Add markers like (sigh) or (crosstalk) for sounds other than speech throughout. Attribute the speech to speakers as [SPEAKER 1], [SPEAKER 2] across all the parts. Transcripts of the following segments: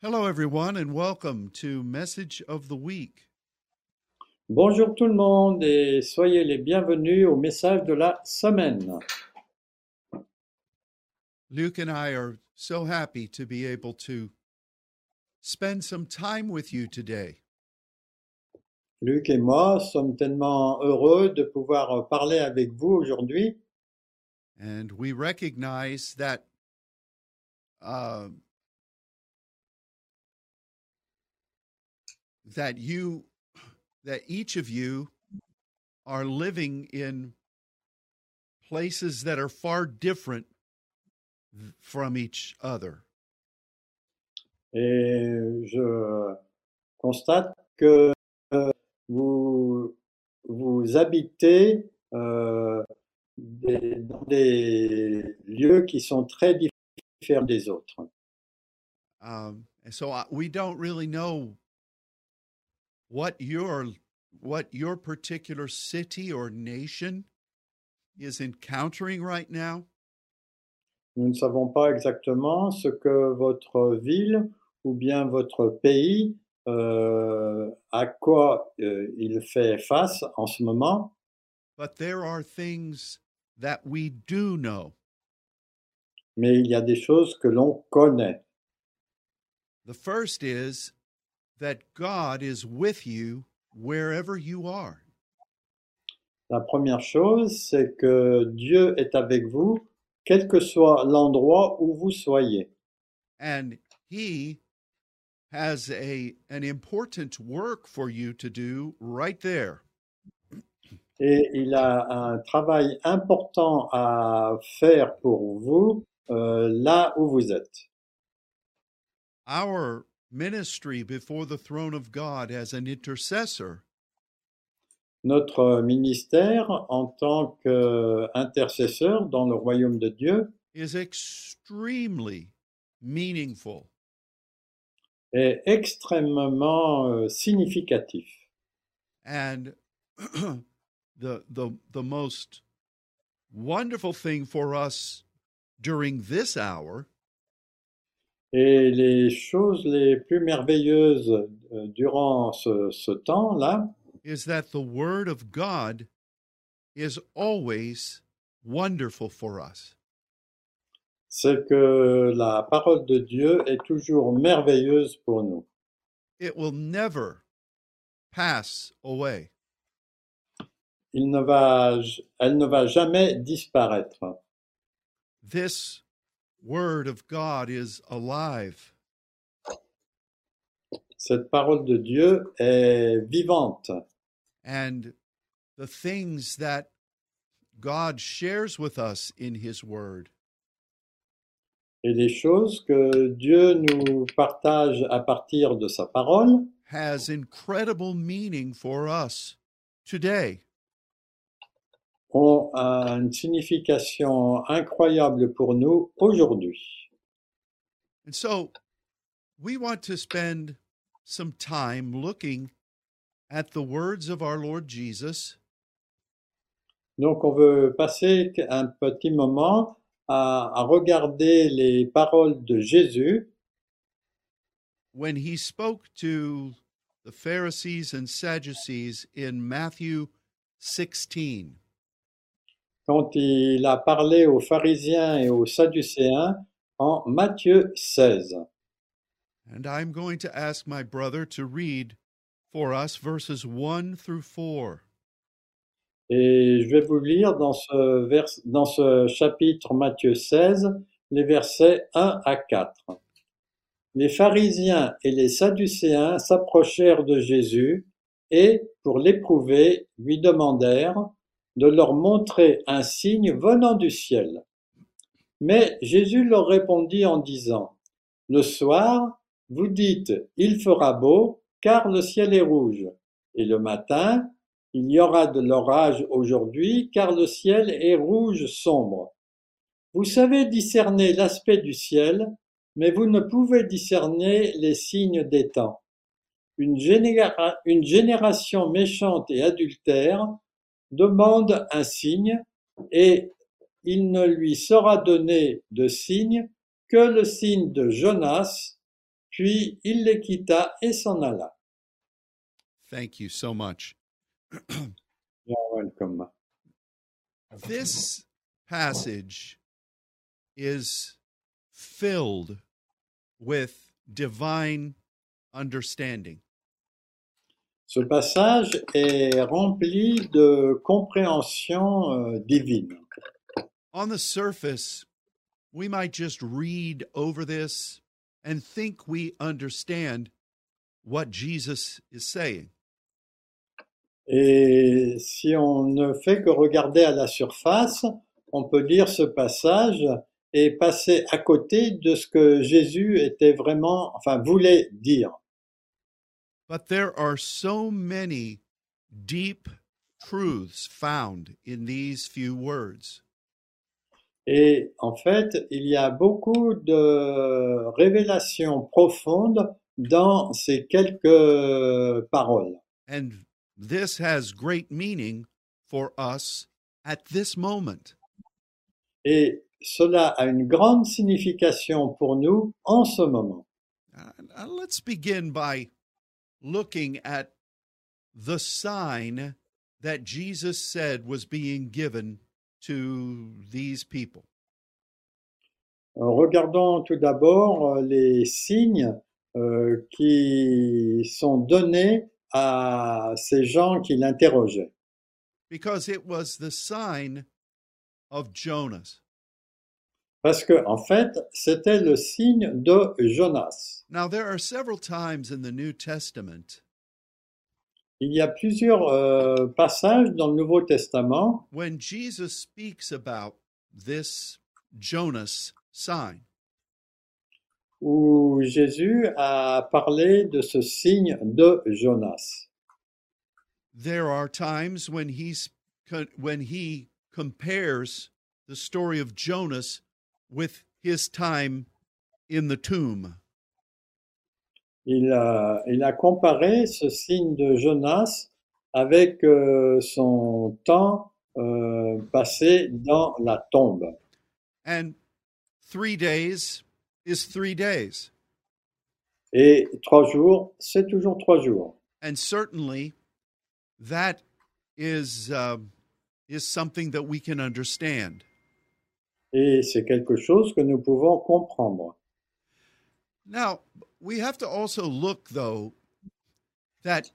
[SPEAKER 1] Hello, everyone, and welcome to Message of the Week.
[SPEAKER 2] Bonjour tout le monde et soyez les bienvenus au message de la semaine.
[SPEAKER 1] Luke and I are so happy to be able to spend some time with you today.
[SPEAKER 2] Luc et moi sommes tellement heureux de pouvoir parler avec vous aujourd'hui
[SPEAKER 1] And we recognize that uh, that you that each of you are living in places that are far different from each other.
[SPEAKER 2] et je constate que euh, vous, vous habitez euh, des- dans des lieux qui sont très différents des autres.
[SPEAKER 1] Um, and so I, we don't really know what your what your particular city or nation is encountering right now.
[SPEAKER 2] Nous ne savons pas exactement ce que votre ville ou bien votre pays, euh, à quoi euh, il fait face en ce moment,
[SPEAKER 1] But there are things that we do know.
[SPEAKER 2] mais il y a des choses que l'on connaît.
[SPEAKER 1] The first is that God is with you wherever you are.
[SPEAKER 2] La première chose, c'est que Dieu est avec vous, quel que soit l'endroit où vous soyez.
[SPEAKER 1] And He has a, an important work for you to do right there.
[SPEAKER 2] Et il a un travail important à faire pour vous euh, là où vous êtes.
[SPEAKER 1] Our ministry before the throne of God as an intercessor
[SPEAKER 2] Notre ministère en tant qu'intercesseur dans le royaume de Dieu
[SPEAKER 1] is extremely meaningful.
[SPEAKER 2] est extrêmement euh, significatif.
[SPEAKER 1] And (clears throat) the, the, the most wonderful thing for us during this hour
[SPEAKER 2] Et les choses les plus merveilleuses euh, durant ce, ce temps-là,
[SPEAKER 1] is that the Word of God is always wonderful for us.
[SPEAKER 2] c'est que la parole de Dieu est toujours merveilleuse pour nous.
[SPEAKER 1] It will never pass away.
[SPEAKER 2] Il ne va, j- elle ne va jamais disparaître.
[SPEAKER 1] This Word of God is alive.
[SPEAKER 2] Cette parole de Dieu est vivante.
[SPEAKER 1] And the things that God shares with us in His Word
[SPEAKER 2] Et les choses que Dieu nous partage à partir de sa parole
[SPEAKER 1] has incredible meaning for us today.
[SPEAKER 2] ont une signification incroyable pour nous aujourd'hui.
[SPEAKER 1] And so we want to spend some time looking at the words of our Lord Jesus
[SPEAKER 2] Donc, on veut passer un petit moment à, à regarder les paroles de Jésus
[SPEAKER 1] when he spoke to the Pharisees and Sadducees in Matthew 16.
[SPEAKER 2] quand il a parlé aux pharisiens et aux sadducéens en Matthieu 16.
[SPEAKER 1] And I'm going to ask my brother to read for us verses 1 through 4.
[SPEAKER 2] Et je vais vous lire dans ce, vers- dans ce chapitre Matthieu 16, les versets 1 à 4. Les pharisiens et les sadducéens s'approchèrent de Jésus et, pour l'éprouver, lui demandèrent de leur montrer un signe venant du ciel. Mais Jésus leur répondit en disant, Le soir, vous dites, il fera beau, car le ciel est rouge. Et le matin, il y aura de l'orage aujourd'hui, car le ciel est rouge sombre. Vous savez discerner l'aspect du ciel, mais vous ne pouvez discerner les signes des temps. Une, généra- une génération méchante et adultère demande un signe, et il ne lui sera donné de signe que le signe de Jonas, Puis il les quitta et s'en alla.
[SPEAKER 1] Thank you so much.
[SPEAKER 2] You're welcome.
[SPEAKER 1] This passage is filled with divine understanding.
[SPEAKER 2] Ce passage est rempli de compréhension euh, divine.
[SPEAKER 1] On the surface, we might just read over this and think we understand what Jesus is saying.
[SPEAKER 2] Et si on ne fait que regarder à la surface, on peut lire ce passage et passer à côté de ce que Jésus était vraiment, enfin, voulait dire.
[SPEAKER 1] But there are so many deep truths found in these few words.
[SPEAKER 2] Et en fait, il y a beaucoup de révélations profondes dans ces quelques paroles.
[SPEAKER 1] And this has great meaning for us at this moment.
[SPEAKER 2] Et cela a une grande signification pour nous en ce moment.
[SPEAKER 1] Uh, uh, let's begin by looking at the sign that Jesus said was being given to these people.
[SPEAKER 2] Euh, Regardons tout d'abord euh, les signes euh, qui sont donnés à ces gens qui l'interrogeaient,
[SPEAKER 1] because it was the sign of Jonas.
[SPEAKER 2] parce que en fait, c'était le signe de Jonas.
[SPEAKER 1] Now, there are several times in the New Testament
[SPEAKER 2] Il y a plusieurs euh, passages dans le Nouveau Testament
[SPEAKER 1] when Jesus speaks about this Jonas sign.
[SPEAKER 2] où Jésus a parlé de ce signe de Jonas.
[SPEAKER 1] There are times when he's when he compares the story of Jonas with his time in the tomb.
[SPEAKER 2] Il a, il a comparé ce signe de Jonas avec euh, son temps euh, passé dans la tombe.
[SPEAKER 1] And 3 days is 3 days.
[SPEAKER 2] Et trois jours, c'est toujours trois jours.
[SPEAKER 1] and certainly that is um, is something that we can understand.
[SPEAKER 2] Et c'est quelque chose que nous pouvons comprendre.
[SPEAKER 1] Now we have to also look though that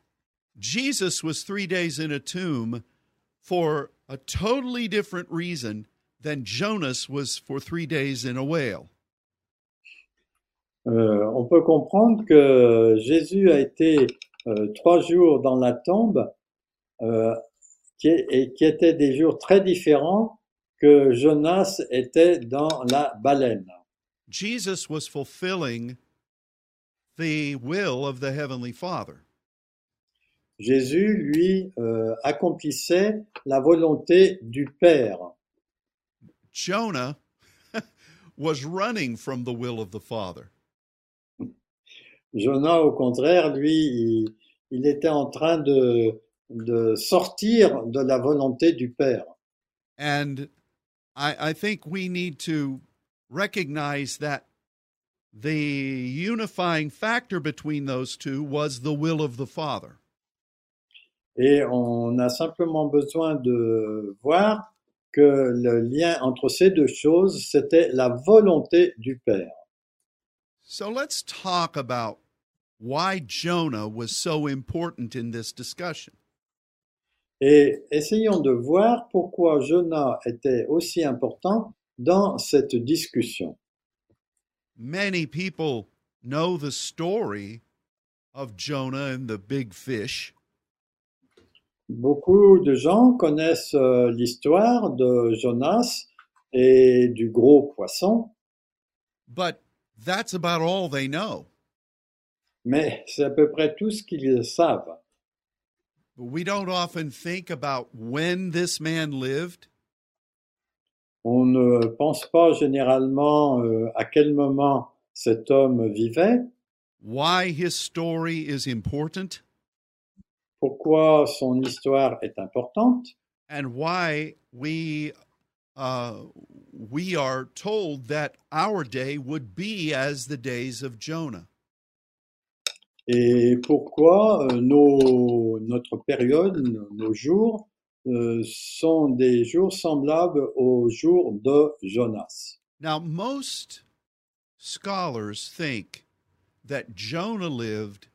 [SPEAKER 1] Jesus was three days in a tomb for a totally different reason than Jonas was for three days in a whale.
[SPEAKER 2] Euh, on peut comprendre que Jésus a été euh, trois jours dans la tombe euh, qui, est- et qui étaient des jours très différents que Jonas était dans la baleine.
[SPEAKER 1] Jesus was fulfilling the will of the heavenly Father.
[SPEAKER 2] Jésus, lui, euh, accomplissait la volonté du Père.
[SPEAKER 1] Jonah (laughs) was running from the will of the Father.
[SPEAKER 2] Jonas, au contraire, lui, il, il était en train de, de sortir de la volonté du Père.
[SPEAKER 1] And I, I think we need to recognize that the unifying factor between those two was the will of the Father.
[SPEAKER 2] Et on a simplement besoin de voir que le lien entre ces deux choses, c'était la volonté du Père.
[SPEAKER 1] So let's talk about why Jonah was so important in this discussion.
[SPEAKER 2] Et essayons de voir pourquoi Jonas était aussi important dans cette discussion.
[SPEAKER 1] Many people know the story of Jonah and the big fish,
[SPEAKER 2] Beaucoup de gens connaissent euh, l'histoire de Jonas et du gros poisson,
[SPEAKER 1] but that's about all they know.
[SPEAKER 2] mais (laughs) c'est à peu près tout ce qu'ils savent.
[SPEAKER 1] We don't often think about when this man lived
[SPEAKER 2] On ne pense pas généralement euh, à quel moment cet homme vivait,
[SPEAKER 1] why his story is important
[SPEAKER 2] pourquoi son histoire est importante
[SPEAKER 1] and why we uh, we are told that our day would be as the days of Jonah.
[SPEAKER 2] et pourquoi euh, nos, notre période, nos jours, euh, sont des jours semblables aux jours de Jonas.
[SPEAKER 1] Now, most scholars think that Jonah lived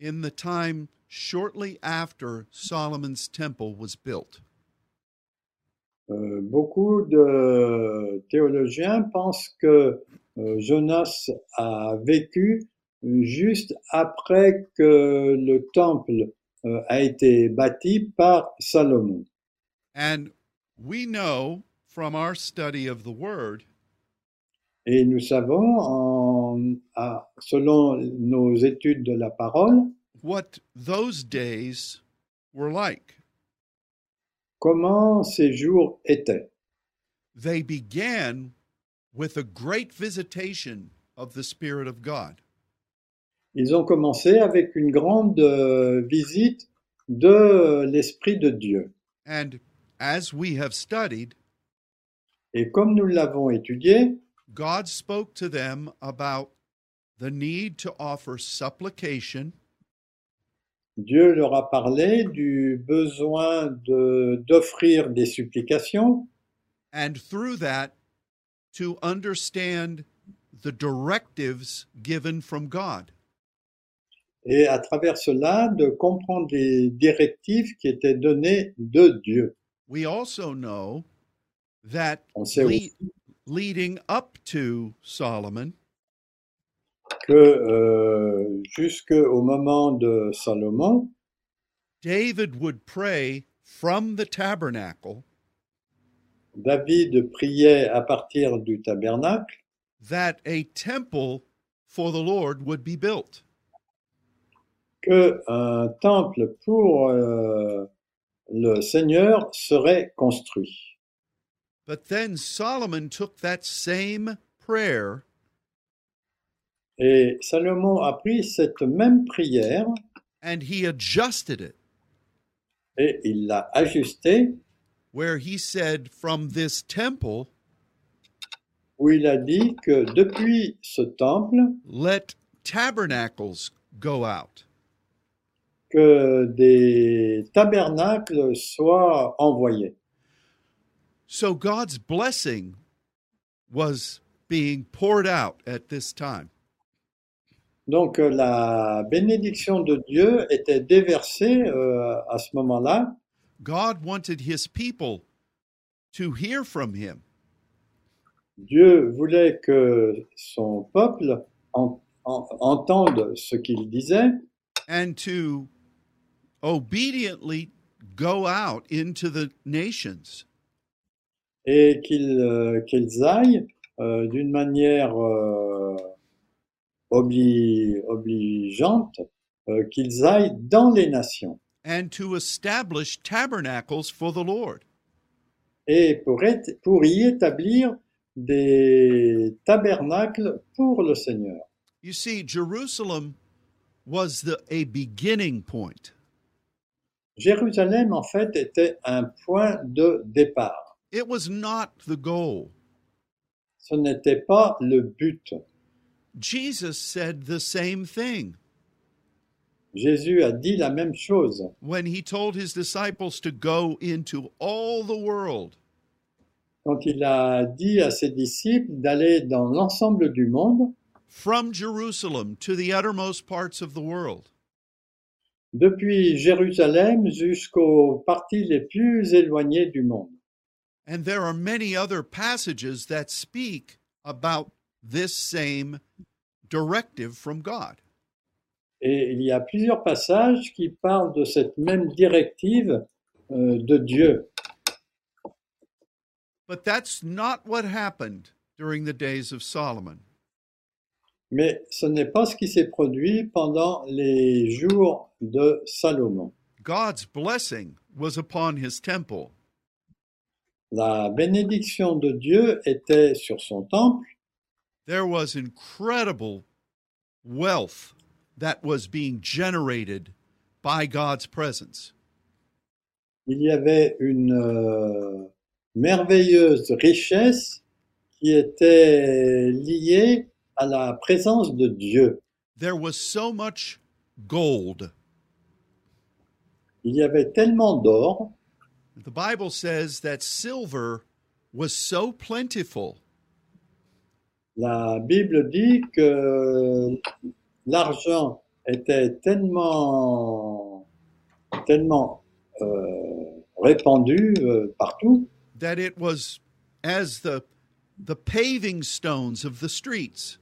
[SPEAKER 1] in the time shortly after Solomon's temple was built.
[SPEAKER 2] Euh, beaucoup de théologiens pensent que euh, Jonas a vécu juste après que le temple euh, a été bâti par Salomon.
[SPEAKER 1] And we know from our study of the Word
[SPEAKER 2] Et nous savons, en- à- selon nos études de la parole,
[SPEAKER 1] what those days were like.
[SPEAKER 2] comment ces jours étaient.
[SPEAKER 1] They began with a great visitation of the Spirit of God.
[SPEAKER 2] Ils ont commencé avec une grande euh, visite de euh, l'Esprit de Dieu.
[SPEAKER 1] And as we have studied,
[SPEAKER 2] Et comme nous l'avons étudié,
[SPEAKER 1] God spoke to them about the need to offer supplication
[SPEAKER 2] Dieu leur a parlé du besoin de- d'offrir des supplications
[SPEAKER 1] and through that to understand the directives given from God.
[SPEAKER 2] et à travers cela de comprendre les directives qui étaient données de Dieu.
[SPEAKER 1] We also know that
[SPEAKER 2] On sait aussi
[SPEAKER 1] le- leading up to Solomon,
[SPEAKER 2] que euh, jusqu'au moment de Salomon,
[SPEAKER 1] David would pray from the tabernacle
[SPEAKER 2] David priait à partir du tabernacle
[SPEAKER 1] that a temple for the Lord would be built.
[SPEAKER 2] que un temple pour euh, le Seigneur serait construit.
[SPEAKER 1] But then Solomon took that same prayer
[SPEAKER 2] Et Salomon a pris cette même prière
[SPEAKER 1] and he adjusted it,
[SPEAKER 2] et il l'a ajustée
[SPEAKER 1] where he said, From this temple,
[SPEAKER 2] où il a dit que depuis ce temple,
[SPEAKER 1] let tabernacles go out.
[SPEAKER 2] que des tabernacles soient envoyés.
[SPEAKER 1] So God's blessing was being poured out at this time.
[SPEAKER 2] Donc euh, la bénédiction de Dieu était déversée euh, à ce moment-là.
[SPEAKER 1] God wanted his people to hear from him.
[SPEAKER 2] Dieu voulait que son peuple en- en- entende ce qu'il disait
[SPEAKER 1] and to obediently go out into the nations.
[SPEAKER 2] et qu'il, euh, qu'ils aillent euh, d'une manière euh, obli- obligeante, euh, qu'ils aillent dans les nations
[SPEAKER 1] And to establish tabernacles for the Lord.
[SPEAKER 2] et pour, être- pour y établir des tabernacles pour le Seigneur.
[SPEAKER 1] You see, Jerusalem was the, a beginning point.
[SPEAKER 2] Jérusalem, en fait, était un point de départ.
[SPEAKER 1] It was not the goal.
[SPEAKER 2] Ce n'était pas le but.
[SPEAKER 1] Jesus said the same thing
[SPEAKER 2] Jésus a dit la même chose
[SPEAKER 1] when he told his disciples to go into all the world
[SPEAKER 2] quand il a dit à ses disciples d'aller dans l'ensemble du monde,
[SPEAKER 1] from Jerusalem to the uttermost parts of the world.
[SPEAKER 2] depuis Jérusalem jusqu'aux parties les plus éloignées du monde.
[SPEAKER 1] And there are many other passages that speak about this same directive from God.
[SPEAKER 2] Et il y a plusieurs passages qui parlent de cette même directive euh, de Dieu.
[SPEAKER 1] But that's not what happened during the days of Solomon.
[SPEAKER 2] Mais ce n'est pas ce qui s'est produit pendant les jours de Salomon.
[SPEAKER 1] God's blessing was upon his temple,
[SPEAKER 2] La bénédiction de Dieu était sur son temple.
[SPEAKER 1] there was incredible wealth that was being generated by God's presence.
[SPEAKER 2] il y avait une euh, merveilleuse richesse qui était liée à la présence de Dieu.
[SPEAKER 1] There was so much gold.
[SPEAKER 2] Il y avait tellement d'or,
[SPEAKER 1] The Bible says that silver was so plentiful
[SPEAKER 2] la Bible dit que l'argent était tellement, tellement euh, répandu euh, partout
[SPEAKER 1] that it was as the the paving stones of the streets.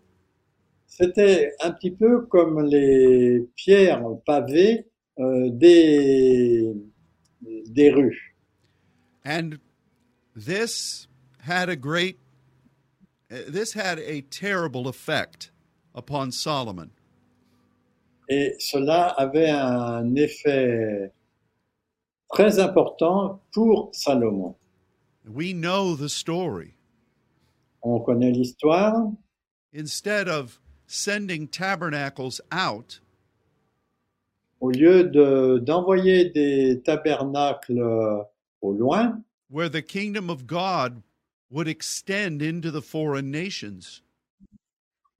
[SPEAKER 2] C'était un petit peu comme les pierres pavées euh, des, des rues.
[SPEAKER 1] And this had a great, uh, this had a terrible effect upon Solomon.
[SPEAKER 2] Et cela avait un effet très important pour Salomon.
[SPEAKER 1] We know the story.
[SPEAKER 2] On connaît l'histoire.
[SPEAKER 1] Instead of sending tabernacles out,
[SPEAKER 2] Au lieu de- d'envoyer des tabernacles euh, au loin,
[SPEAKER 1] where the kingdom of God would extend into the foreign nations,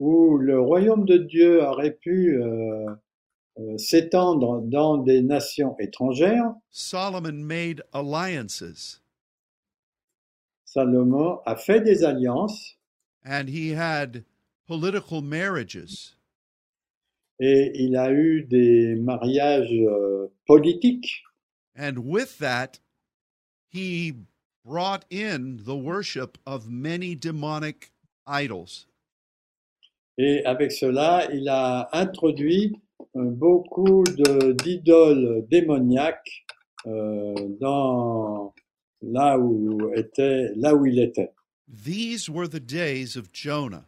[SPEAKER 2] où le royaume de Dieu aurait pu euh, euh, s'étendre dans des nations étrangères,
[SPEAKER 1] Solomon made alliances
[SPEAKER 2] Salomon a fait des alliances
[SPEAKER 1] and he had political marriages.
[SPEAKER 2] et il a eu des mariages euh, politiques.
[SPEAKER 1] And with that, he brought in the worship of many demonic idols.
[SPEAKER 2] Et avec cela, il a introduit euh, beaucoup de- d'idoles démoniaques euh, dans là où était là où il était.
[SPEAKER 1] These were the days of Jonah.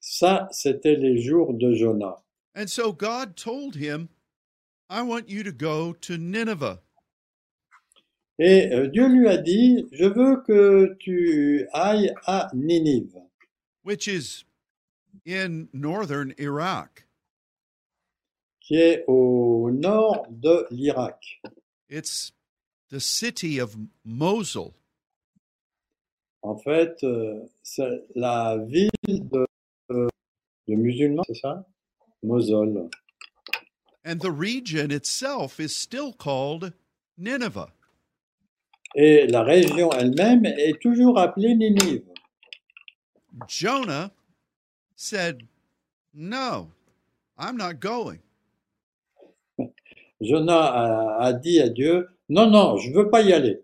[SPEAKER 2] Ça, c'était les jours de Jonas.
[SPEAKER 1] And so God told him, I want you to go to Nineveh.
[SPEAKER 2] Et euh, Dieu lui a dit, je veux que tu ailles à Ninive,
[SPEAKER 1] which is in northern Iraq.
[SPEAKER 2] qui est au nord de l'Irak.
[SPEAKER 1] It's the city of Mosul.
[SPEAKER 2] En fait, euh, c'est la ville de, euh, de musulmans, c'est ça Mosol.
[SPEAKER 1] And the region itself is still called Nineveh.
[SPEAKER 2] Et la région elle-même est toujours appelée Ninive.
[SPEAKER 1] Jonah said, No, I'm not going.
[SPEAKER 2] Jonas a, a dit à Dieu, non, non, je veux pas y aller.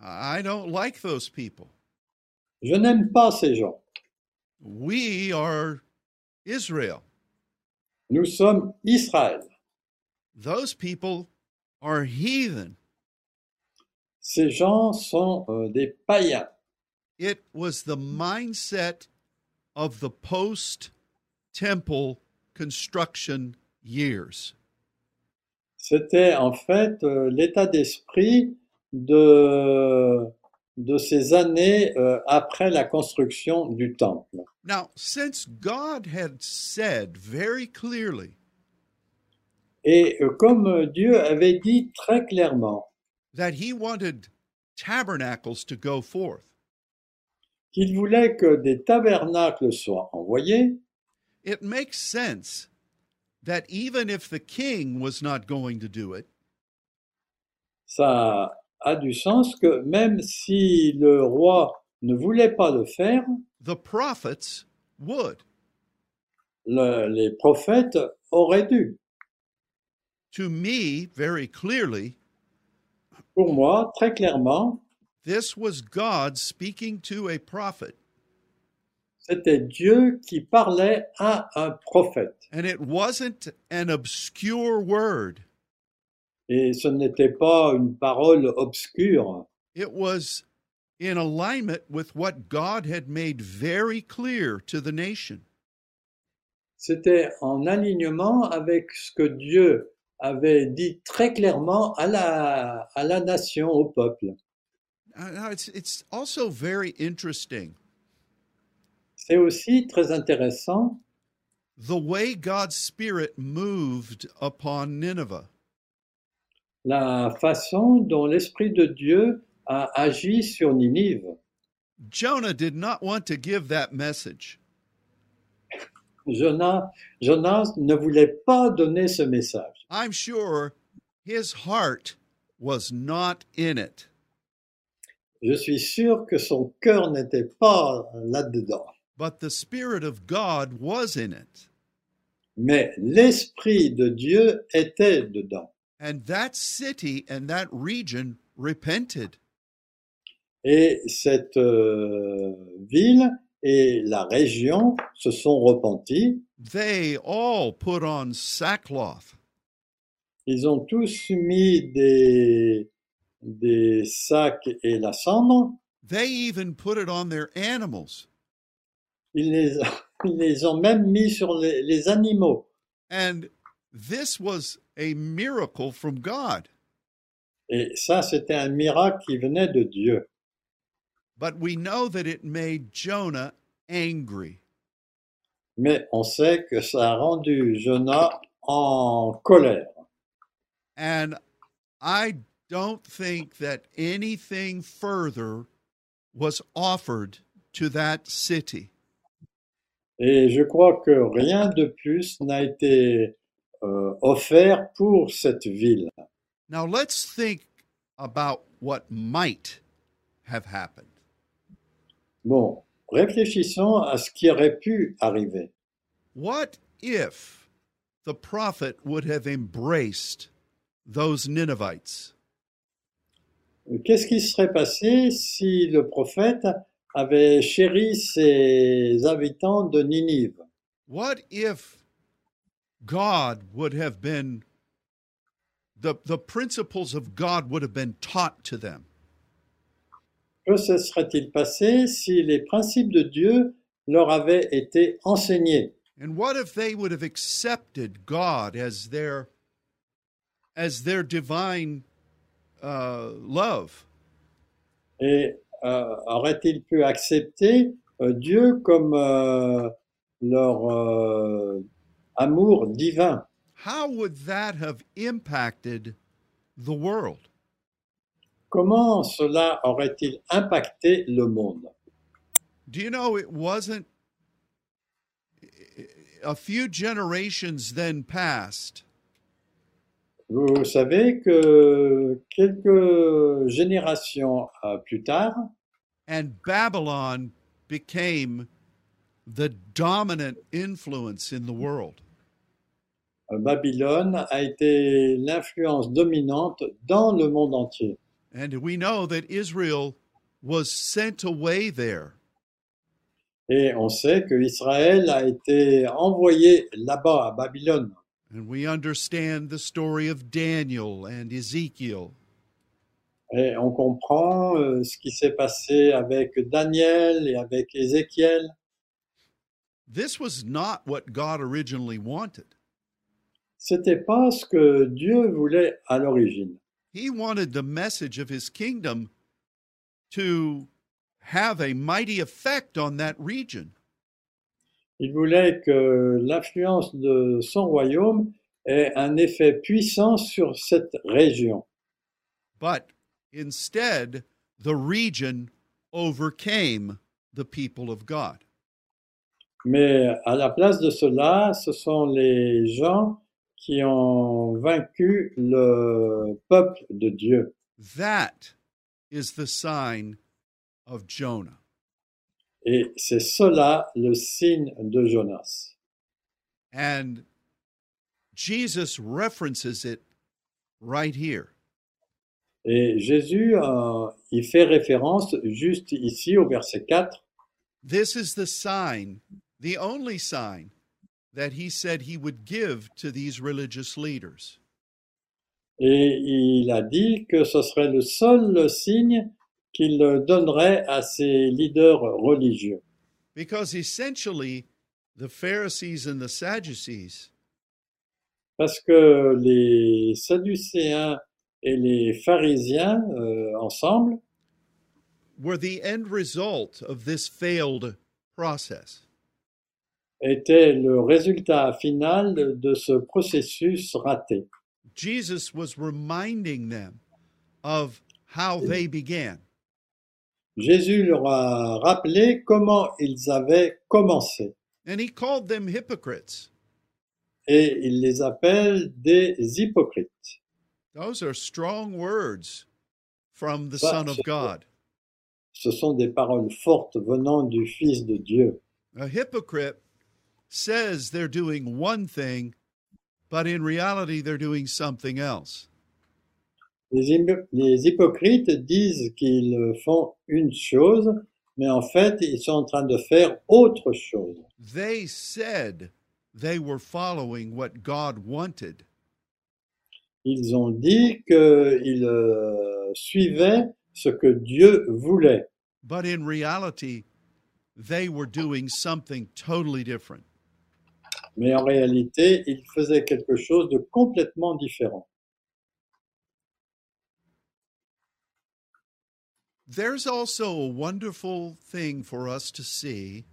[SPEAKER 1] I don't like those people.
[SPEAKER 2] Je n'aime pas ces gens.
[SPEAKER 1] We are Israel.
[SPEAKER 2] Nous sommes Israël.
[SPEAKER 1] Those people are heathen.
[SPEAKER 2] Ces gens sont euh, des païens.
[SPEAKER 1] It was the mindset of the post temple construction years.
[SPEAKER 2] C'était en fait euh, l'état d'esprit de, de ces années euh, après la construction du temple.
[SPEAKER 1] Now, since God had said very clearly
[SPEAKER 2] Et euh, comme Dieu avait dit très clairement
[SPEAKER 1] that he wanted tabernacles to go forth,
[SPEAKER 2] qu'il voulait que des tabernacles soient envoyés,
[SPEAKER 1] it makes sense that even if the king was not going to do it,
[SPEAKER 2] ça a du sens que même si le roi ne voulait pas le faire,
[SPEAKER 1] the prophets would
[SPEAKER 2] le- les prophètes auraient dû.
[SPEAKER 1] to me very clearly
[SPEAKER 2] Pour moi, très clairement,
[SPEAKER 1] this was god speaking to a prophet
[SPEAKER 2] c'était Dieu qui parlait à un prophète.
[SPEAKER 1] and it wasn't an obscure word
[SPEAKER 2] Et ce n'était pas une parole obscure.
[SPEAKER 1] it was in alignment with what god had made very clear to the nation
[SPEAKER 2] C'était en alignement avec ce que Dieu avait dit très clairement à la, à la nation, au peuple.
[SPEAKER 1] Uh, now, it's it's also very interesting
[SPEAKER 2] C'est aussi très intéressant
[SPEAKER 1] the way god's spirit moved upon nineveh
[SPEAKER 2] la façon dont l'Esprit de Dieu a agi sur Ninive.
[SPEAKER 1] jonah did not want to give that message
[SPEAKER 2] Jonas, Jonas ne voulait pas donner ce message.
[SPEAKER 1] I'm sure his heart was not in it.
[SPEAKER 2] Je suis sûr que son cœur n'était pas là-dedans.
[SPEAKER 1] but the Spirit of God was in it.
[SPEAKER 2] Mais l'Esprit de Dieu était dedans.
[SPEAKER 1] And that city and that region repented.
[SPEAKER 2] Et cette euh, ville et la région se sont repentis.
[SPEAKER 1] They all put on sackcloth
[SPEAKER 2] Ils ont tous mis des, des sacs et la cendre.
[SPEAKER 1] They even put it on their animals.
[SPEAKER 2] Ils les, ils les ont (laughs) même mis sur les, les animaux.
[SPEAKER 1] And this was a miracle from God.
[SPEAKER 2] Et ça, c'était un miracle qui venait de Dieu.
[SPEAKER 1] But we know that it made Jonah angry.
[SPEAKER 2] Mais on sait que ça a rendu Jonas en colère.
[SPEAKER 1] And I don't think that anything further was offered to that city.
[SPEAKER 2] Et je crois que rien de plus n'a été euh, offert pour cette ville.
[SPEAKER 1] Now let's think about what might have happened.
[SPEAKER 2] Bon, réfléchissons à ce qui aurait pu arriver.
[SPEAKER 1] What if the prophet would have embraced those Ninevites?
[SPEAKER 2] Qu'est-ce qui serait passé si le prophète avait chéri ses habitants de Ninive
[SPEAKER 1] What if God would have been the the principles of God would have been taught to them?
[SPEAKER 2] Que se serait-il passé si les principes de Dieu leur avaient été enseignés
[SPEAKER 1] And what if they would have accepted God as their as their divine uh, love?
[SPEAKER 2] Et euh, auraient-ils pu accepter euh, Dieu comme euh, leur euh, amour divin
[SPEAKER 1] How would that have impacted the world?
[SPEAKER 2] Comment cela aurait-il impacté le monde
[SPEAKER 1] Do you know it wasn't a few generations then passed
[SPEAKER 2] Vous savez que quelques générations euh, plus tard,
[SPEAKER 1] and Babylon became the dominant influence in the world.
[SPEAKER 2] euh, Babylone a été l'influence dominante dans le monde entier.
[SPEAKER 1] And we know that Israel was sent away there.
[SPEAKER 2] Et on sait que Israël a été envoyé là-bas, à Babylone.
[SPEAKER 1] And we understand the story of Daniel and Ezekiel.
[SPEAKER 2] Et on comprend euh, ce qui s'est passé avec Daniel et avec Ézéchiel.
[SPEAKER 1] This was not what God originally wanted.
[SPEAKER 2] C'était pas ce que Dieu voulait à l'origine.
[SPEAKER 1] He wanted the message of his kingdom to have a mighty effect on that region.
[SPEAKER 2] Il voulait que l'influence de son royaume ait un effet puissant sur cette région.
[SPEAKER 1] But instead, the region overcame the people of God.
[SPEAKER 2] Mais à la place de cela, ce sont les gens qui ont vaincu le peuple de Dieu.
[SPEAKER 1] That is the sign of Jonah.
[SPEAKER 2] Et c'est cela le signe de Jonas.
[SPEAKER 1] And Jesus references it right here.
[SPEAKER 2] Et Jésus euh, y fait référence juste ici au verset 4.
[SPEAKER 1] This is the sign, the only sign that he said he would give to these religious leaders.
[SPEAKER 2] Et il a dit que ce serait le seul signe qu'il donnerait à ses leaders religieux.
[SPEAKER 1] Because essentially, the Pharisees and the Sadducees
[SPEAKER 2] Parce que les Sadducéens et les pharisiens euh, ensemble
[SPEAKER 1] were the end result of this failed process.
[SPEAKER 2] étaient le résultat final de ce processus raté.
[SPEAKER 1] Jesus was reminding them of how they began.
[SPEAKER 2] Jésus leur a rappelé comment ils avaient commencé.
[SPEAKER 1] and he called them hypocrites.
[SPEAKER 2] et il les appelle des hypocrites.
[SPEAKER 1] Those are strong words from the
[SPEAKER 2] But-
[SPEAKER 1] Son of God.
[SPEAKER 2] Ce sont des paroles fortes venant du Fils de Dieu.
[SPEAKER 1] A hypocrite says they're doing one thing, but in reality, they're doing something else.
[SPEAKER 2] Les, hypo- les hypocrites disent qu'ils font une chose, mais en fait, ils sont en train de faire autre chose.
[SPEAKER 1] They said they were following what God wanted,
[SPEAKER 2] Ils ont dit qu'ils euh, suivaient ce que Dieu voulait,
[SPEAKER 1] but in reality, they were doing something totally different.
[SPEAKER 2] mais en réalité, ils faisaient quelque chose de complètement différent.
[SPEAKER 1] There's also a wonderful thing for us to see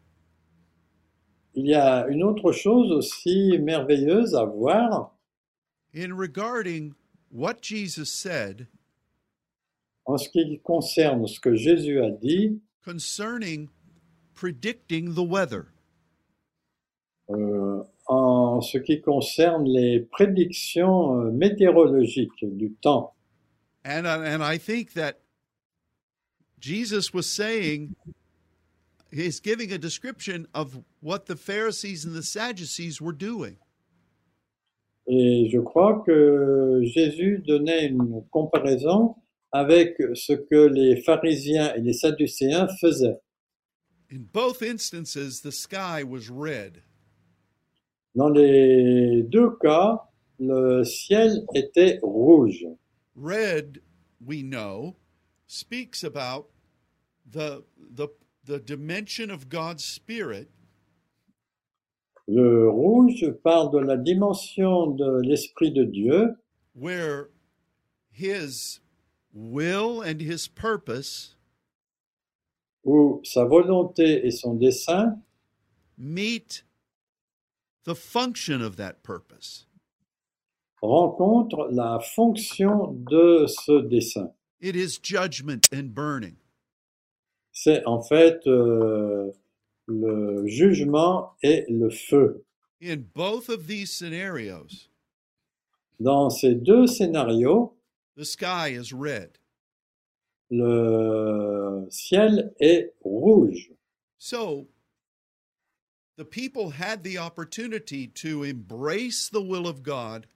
[SPEAKER 2] Il y a une autre chose aussi merveilleuse à voir,
[SPEAKER 1] in regarding what Jesus said
[SPEAKER 2] En ce qui concerne ce que Jésus a dit
[SPEAKER 1] concerning predicting the weather.
[SPEAKER 2] euh, en ce qui concerne les prédictions euh, météorologiques du temps,
[SPEAKER 1] And I- and I think that Jesus was saying he's giving a description of what the Pharisees and the Sadducees were doing.
[SPEAKER 2] et je crois que Jésus donnait une comparaison avec ce que les pharisiens et les sadducéens faisaient.
[SPEAKER 1] In both instances, the sky was red.
[SPEAKER 2] Dans les deux cas, le ciel était rouge.
[SPEAKER 1] Red, we know, speaks about the the the dimension of God's spirit
[SPEAKER 2] Le rouge parle de la dimension de l'Esprit de Dieu
[SPEAKER 1] where his will and his purpose
[SPEAKER 2] où sa volonté et son dessein
[SPEAKER 1] meet the function of that purpose.
[SPEAKER 2] rencontre la fonction de ce dessin.
[SPEAKER 1] It is judgment and burning.
[SPEAKER 2] C'est en fait euh, le jugement et le feu.
[SPEAKER 1] In both of these scenarios,
[SPEAKER 2] Dans ces deux scénarios,
[SPEAKER 1] the sky is red.
[SPEAKER 2] le ciel est rouge.
[SPEAKER 1] So the people had the opportunity to embrace the will of God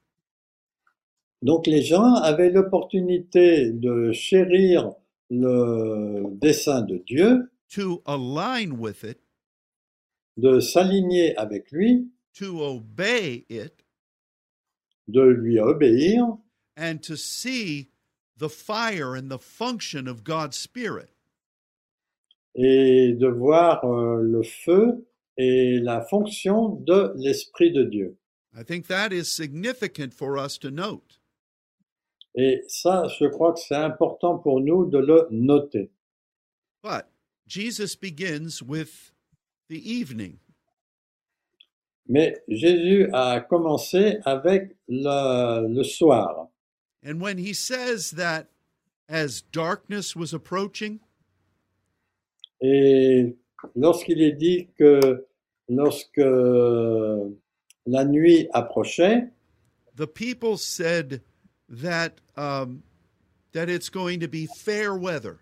[SPEAKER 2] Donc les gens avaient l'opportunité de chérir le dessein de Dieu,
[SPEAKER 1] to align with it,
[SPEAKER 2] de s'aligner avec lui,
[SPEAKER 1] to obey it,
[SPEAKER 2] de lui obéir
[SPEAKER 1] and to see the fire and the function of God's Spirit.
[SPEAKER 2] et de voir euh, le feu et la fonction de l'Esprit de Dieu.
[SPEAKER 1] I think that is significant for us to note.
[SPEAKER 2] Et ça, je crois que c'est important pour nous de le noter.
[SPEAKER 1] But Jesus begins with the evening.
[SPEAKER 2] Mais Jésus a commencé avec le, le soir.
[SPEAKER 1] And when he says that as darkness was approaching,
[SPEAKER 2] Et lorsqu'il est dit que lorsque la nuit approchait,
[SPEAKER 1] the people said that um, that it's going to be fair weather.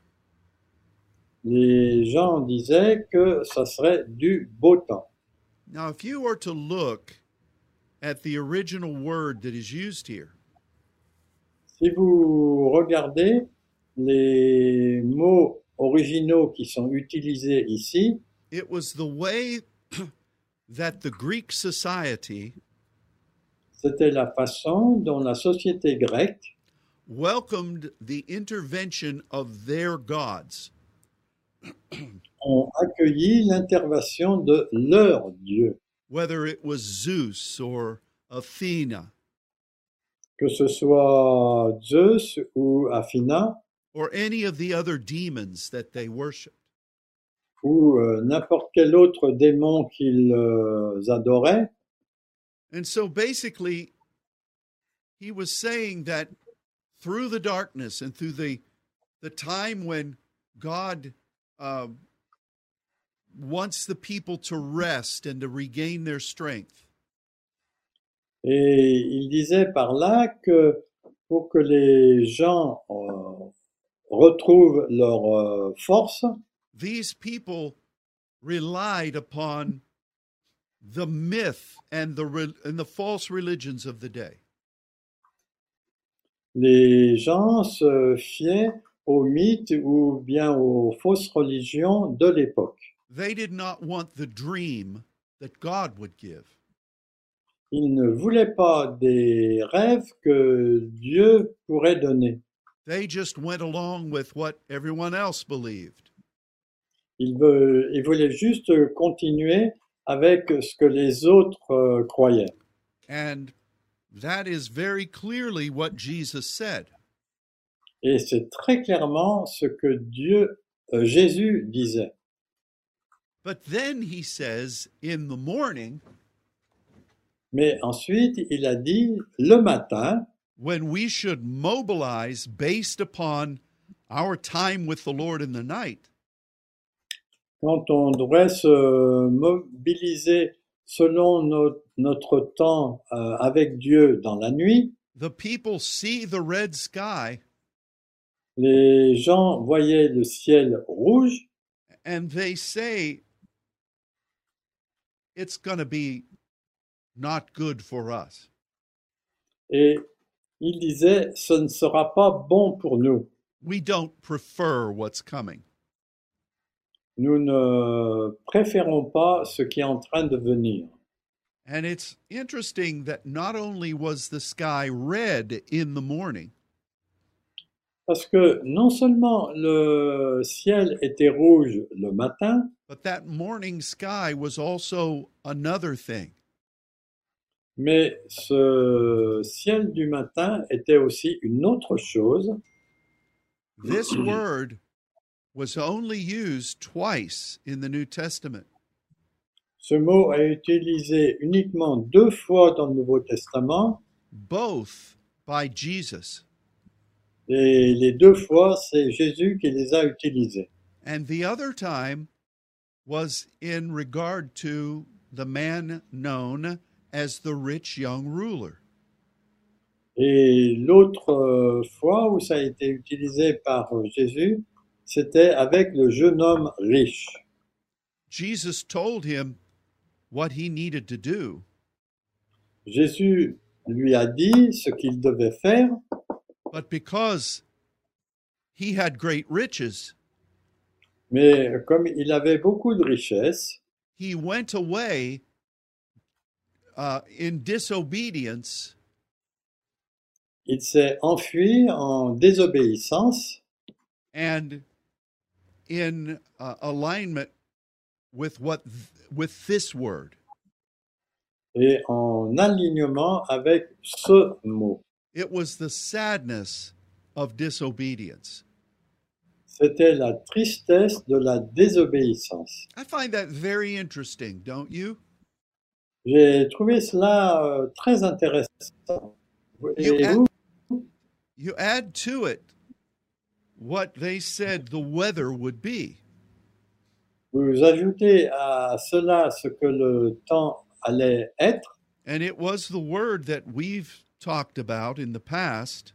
[SPEAKER 2] les gens disaient que ça serait du beau temps.
[SPEAKER 1] Now, if you were to look at the original word that is used here,
[SPEAKER 2] Si vous regardez les mots originaux qui sont utilisés ici,
[SPEAKER 1] it was the way (clears throat) that the Greek society
[SPEAKER 2] c'était la façon dont la société grecque
[SPEAKER 1] welcomed the intervention of their gods.
[SPEAKER 2] ont accueilli l'intervention de leur Dieu,
[SPEAKER 1] whether it was Zeus or Athena
[SPEAKER 2] que ce soit Zeus ou Athina
[SPEAKER 1] or any of the other demons that they worshiped.
[SPEAKER 2] ou euh, n'importe quel autre démon qu'ils euh, adoraient.
[SPEAKER 1] And so basically, he was saying that through the darkness and through the, the time when God um, wants the people to rest and to regain their strength.
[SPEAKER 2] Et il disait par là que pour que les gens euh, retrouvent leur euh, force,
[SPEAKER 1] These people relied upon the myth and the re- and the false religions of the day.
[SPEAKER 2] les gens se fiaient aux mythes ou bien aux fausses religions de l'époque.
[SPEAKER 1] They did not want the dream that God would give.
[SPEAKER 2] Ils ne voulaient pas des rêves que Dieu pourrait donner.
[SPEAKER 1] They just went along with what everyone else believed.
[SPEAKER 2] Ils, veu- ils voulaient juste continuer avec ce que les autres euh, croyaient.
[SPEAKER 1] And that is very clearly what Jesus said.
[SPEAKER 2] Et c'est très clairement ce que Dieu, euh, Jésus disait.
[SPEAKER 1] But then he says, in the morning,
[SPEAKER 2] Mais ensuite, il a dit le matin,
[SPEAKER 1] when we should mobilize based upon our time with the Lord in the night,
[SPEAKER 2] quand on devrait se mobiliser selon no- notre temps euh, avec Dieu dans la nuit,
[SPEAKER 1] the people see the red sky
[SPEAKER 2] les gens voyaient le ciel rouge
[SPEAKER 1] and they say, it's going to be not good for us.
[SPEAKER 2] et ils disaient ce ne sera pas bon pour nous.
[SPEAKER 1] We don't prefer what's coming.
[SPEAKER 2] Nous ne préférons pas ce qui est en train de venir.
[SPEAKER 1] And it's interesting that not only was the sky red in the morning,
[SPEAKER 2] Parce que non seulement le ciel était rouge le matin,
[SPEAKER 1] but that morning sky was also another thing.
[SPEAKER 2] mais ce ciel du matin était aussi une autre chose.
[SPEAKER 1] This word was only used twice in the New Testament.
[SPEAKER 2] Ce mot est utilisé uniquement deux fois dans le Nouveau Testament
[SPEAKER 1] both by Jesus.
[SPEAKER 2] et les deux fois, c'est Jésus qui les a utilisés.
[SPEAKER 1] And the other time was in regard to the man known as the rich young ruler.
[SPEAKER 2] Et l'autre euh, fois où ça a été utilisé par euh, Jésus, c'était avec le jeune homme riche.
[SPEAKER 1] Jesus told him what he needed to do,
[SPEAKER 2] Jésus lui a dit ce qu'il devait faire,
[SPEAKER 1] but because he had great riches,
[SPEAKER 2] mais comme il avait beaucoup de richesses,
[SPEAKER 1] he went away uh, in disobedience
[SPEAKER 2] il s'est enfui en désobéissance
[SPEAKER 1] and in uh, alignment with what th- with this word.
[SPEAKER 2] et en alignement avec ce mot.
[SPEAKER 1] It was the sadness of disobedience.
[SPEAKER 2] C'était la tristesse de la désobéissance.
[SPEAKER 1] I find that very interesting, don't you?
[SPEAKER 2] J'ai trouvé cela euh, très intéressant. Et
[SPEAKER 1] You add,
[SPEAKER 2] vous,
[SPEAKER 1] you add to it what they said the weather would be.
[SPEAKER 2] vous ajoutez à cela ce que le temps allait être,
[SPEAKER 1] And it was the word that we've talked about in the past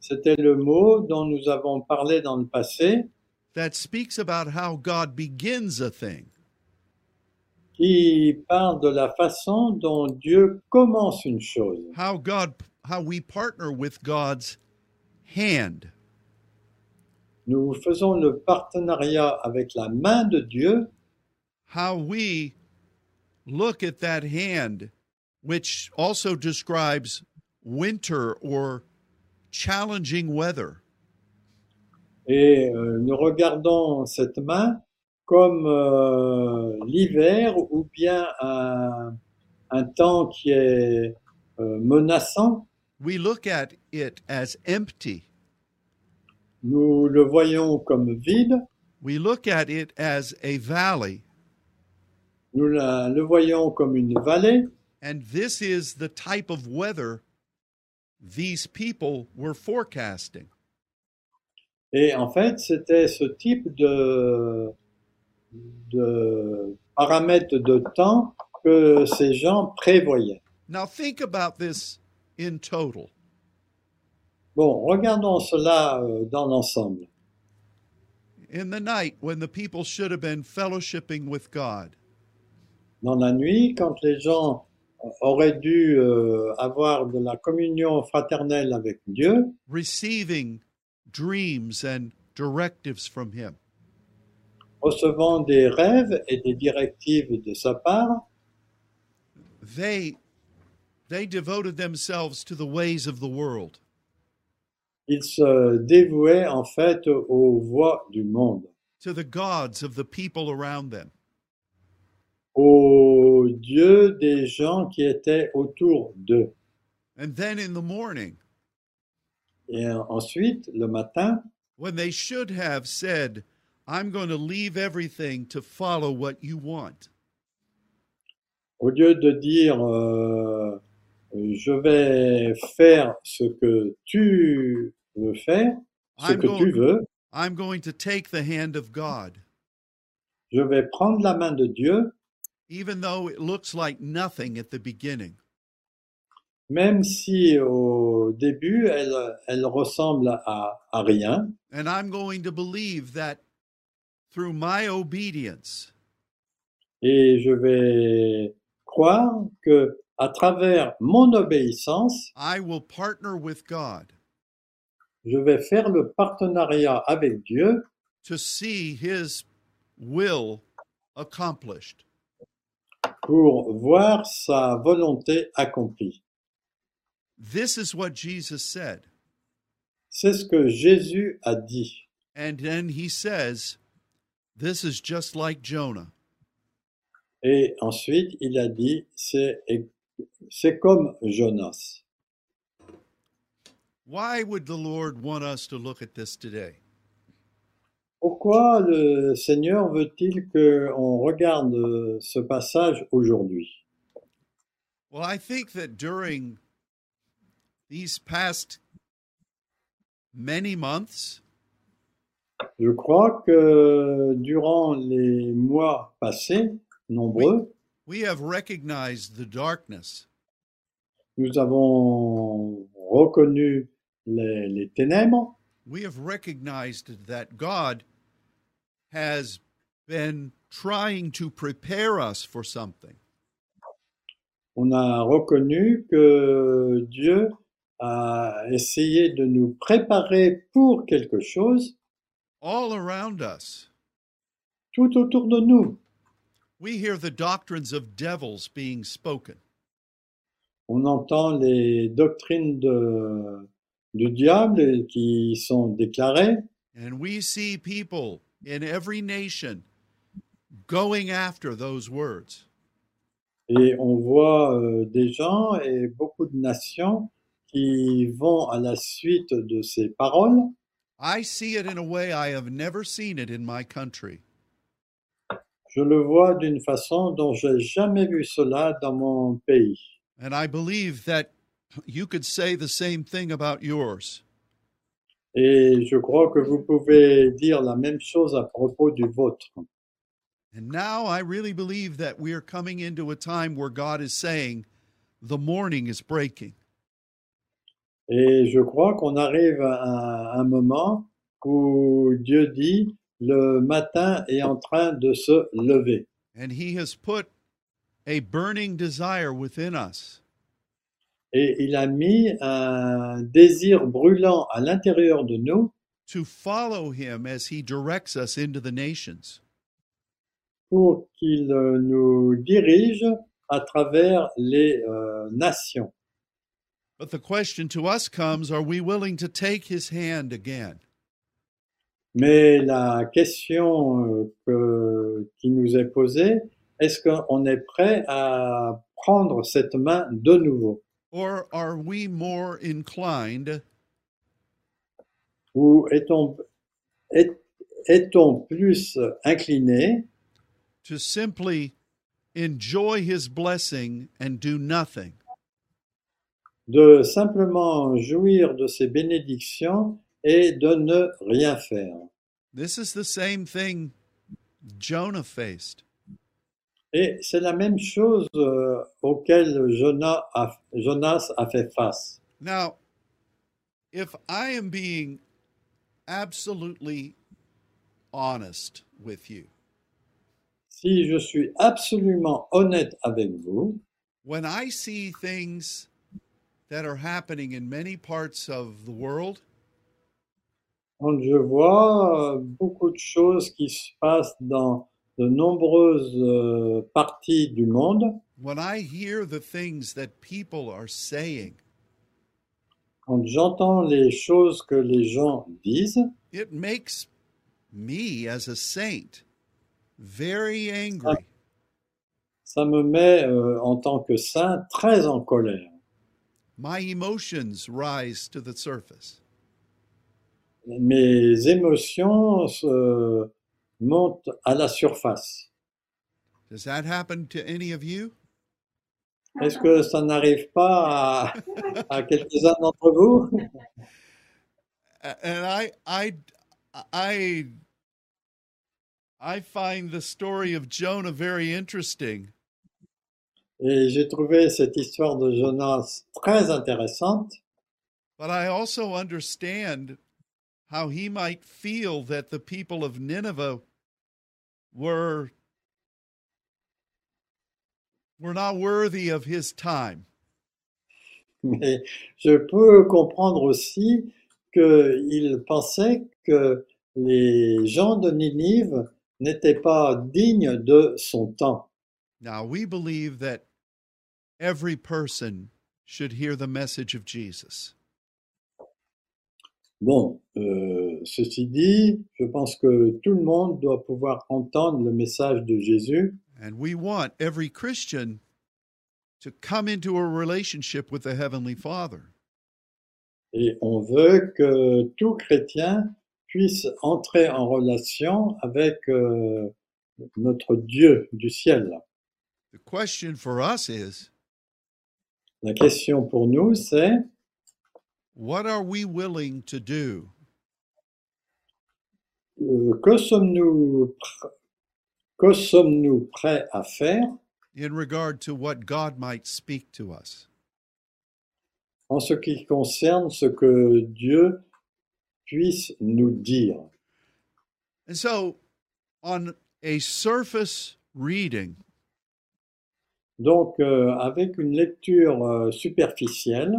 [SPEAKER 2] c'était le mot dont nous avons parlé dans le passé,
[SPEAKER 1] that speaks about how God begins a thing.
[SPEAKER 2] qui parle de la façon dont Dieu commence une chose,
[SPEAKER 1] how God how we partner with God's hand.
[SPEAKER 2] Nous faisons le partenariat avec la main de Dieu,
[SPEAKER 1] How we look at that hand which also describes winter or challenging weather.
[SPEAKER 2] Et euh, nous regardons cette main comme euh, l'hiver ou bien un, un temps qui est euh, menaçant.
[SPEAKER 1] We look at it as empty.
[SPEAKER 2] Nous le voyons comme vide,
[SPEAKER 1] We look at it as a valley.
[SPEAKER 2] nous la- le voyons comme une vallée.
[SPEAKER 1] And this is the type of weather these people were forecasting.
[SPEAKER 2] Et en fait, c'était ce type de, de paramètres de temps que ces gens prévoyaient.
[SPEAKER 1] Now think about this in total.
[SPEAKER 2] Bon, regardons cela euh, dans l'ensemble.
[SPEAKER 1] In the night when the people should have been fellowshipping with God,
[SPEAKER 2] Dans la nuit, quand les gens auraient dû euh, avoir de la communion fraternelle avec Dieu,
[SPEAKER 1] receiving dreams and directives from Him,
[SPEAKER 2] recevant des rêves et des directives de sa part,
[SPEAKER 1] they they devoted themselves to the ways of the world.
[SPEAKER 2] ils se dévouaient en fait aux voies du monde,
[SPEAKER 1] to the gods of the people around them.
[SPEAKER 2] aux dieux des gens qui étaient autour d'eux.
[SPEAKER 1] And then in the morning,
[SPEAKER 2] Et euh, ensuite, le matin,
[SPEAKER 1] when they should have said, I'm going to leave everything to follow what you want,
[SPEAKER 2] au lieu de dire euh, je vais faire ce que tu veux faire, ce
[SPEAKER 1] I'm
[SPEAKER 2] que tu
[SPEAKER 1] going,
[SPEAKER 2] veux,
[SPEAKER 1] I'm going to take the hand of God,
[SPEAKER 2] je vais prendre la main de Dieu,
[SPEAKER 1] even though it looks like nothing at the beginning.
[SPEAKER 2] même si au début elle, elle ressemble à, à rien,
[SPEAKER 1] And I'm going to believe that through my obedience,
[SPEAKER 2] et je vais croire que à travers mon obéissance,
[SPEAKER 1] I will partner with God
[SPEAKER 2] je vais faire le partenariat avec Dieu
[SPEAKER 1] to see his will accomplished.
[SPEAKER 2] pour voir sa volonté accomplie.
[SPEAKER 1] This is what Jesus said.
[SPEAKER 2] C'est ce que Jésus a dit.
[SPEAKER 1] And then he says, This is just like Jonah.
[SPEAKER 2] Et ensuite, il a dit, c'est c'est comme Jonas.
[SPEAKER 1] Why would the Lord want us to look at this today?
[SPEAKER 2] Pourquoi le Seigneur veut-il que on regarde euh, ce passage aujourd'hui
[SPEAKER 1] Well, I think that during these past many months,
[SPEAKER 2] Je crois que durant les mois passés, nombreux,
[SPEAKER 1] we have recognized the darkness
[SPEAKER 2] nous avons reconnu les, les ténèbres,
[SPEAKER 1] we have recognized that God has been trying to prepare us for something.
[SPEAKER 2] on a reconnu que Dieu a essayé de nous préparer pour quelque chose
[SPEAKER 1] All around us,
[SPEAKER 2] tout autour de nous.
[SPEAKER 1] we hear the doctrines of devils being spoken.
[SPEAKER 2] on entend les doctrines de- du diable et qui sont déclarées
[SPEAKER 1] And we see people in every nation going after those words.
[SPEAKER 2] et on voit euh, des gens et beaucoup de nations qui vont à la suite de ces paroles.
[SPEAKER 1] I see it in a way I have never seen it in my country.
[SPEAKER 2] Je le vois d'une façon dont j'ai jamais vu cela dans mon pays.
[SPEAKER 1] And I believe that you could say the same thing about yours.
[SPEAKER 2] Et je crois que vous pouvez dire la même chose à propos du vôtre.
[SPEAKER 1] And now I really believe that we are coming into a time where God is saying, the morning is breaking.
[SPEAKER 2] Et je crois qu'on arrive à un moment où Dieu dit, le matin est en train de se lever.
[SPEAKER 1] And He has put a burning desire within us
[SPEAKER 2] Et il a mis un désir brûlant à l'intérieur de nous
[SPEAKER 1] to follow Him as He directs us into the nations.
[SPEAKER 2] pour qu'il euh, nous dirige à travers les euh, nations.
[SPEAKER 1] But the question to us comes are we willing to take his hand again?
[SPEAKER 2] Mais la question euh, que- qui nous est posée, est-ce qu'on est prêt à prendre cette main de nouveau
[SPEAKER 1] Or are we more inclined
[SPEAKER 2] Ou est-on est- est-on plus incliné
[SPEAKER 1] to simply enjoy his blessing and do nothing?
[SPEAKER 2] de simplement jouir de ses bénédictions et de ne rien faire
[SPEAKER 1] This is the same thing Jonah faced.
[SPEAKER 2] Et c'est la même chose euh, auquel Jonas a, Jonas a fait face.
[SPEAKER 1] Now, if I am being absolutely honest with you,
[SPEAKER 2] Si je suis absolument honnête avec vous,
[SPEAKER 1] when I see things that are happening in many parts of the world,
[SPEAKER 2] quand je vois euh, beaucoup de choses qui se passent dans de nombreuses euh, parties du monde,
[SPEAKER 1] when I hear the things that people are saying,
[SPEAKER 2] quand j'entends les choses que les gens disent,
[SPEAKER 1] it makes me as a saint very angry.
[SPEAKER 2] ça me met euh, en tant que saint très en colère.
[SPEAKER 1] My emotions rise to the surface.
[SPEAKER 2] Mes émotions se montent à la surface.
[SPEAKER 1] Does that happen to any of you?
[SPEAKER 2] Est-ce que ça n'arrive pas à, à quelques-uns d'entre vous
[SPEAKER 1] A- And I I I I find the story of Jonah very interesting
[SPEAKER 2] Et j'ai trouvé cette histoire de Jonas très intéressante,
[SPEAKER 1] But I also understand how he might feel that the people of Nineveh were were not worthy of his time.
[SPEAKER 2] (laughs) mais je peux comprendre aussi qu'il pensait que les gens de Ninive n'étaient pas dignes de son temps.
[SPEAKER 1] Now we believe that every person should hear the message of Jesus.
[SPEAKER 2] Bon, euh, ceci dit, je pense que tout le monde doit pouvoir entendre le message de Jésus
[SPEAKER 1] And we want every Christian to come into a relationship with the Heavenly Father.
[SPEAKER 2] et on veut que tout chrétien puisse entrer en relation avec euh, notre Dieu du ciel.
[SPEAKER 1] The question for us is
[SPEAKER 2] La question pour nous, c'est
[SPEAKER 1] what are we willing to do
[SPEAKER 2] euh, que sommes-nous pr- que sommes-nous prêts à faire
[SPEAKER 1] in regard to what God might speak to us?
[SPEAKER 2] en ce qui concerne ce que Dieu puisse nous dire.
[SPEAKER 1] And so, on a surface reading,
[SPEAKER 2] Donc, euh, avec une lecture euh, superficielle,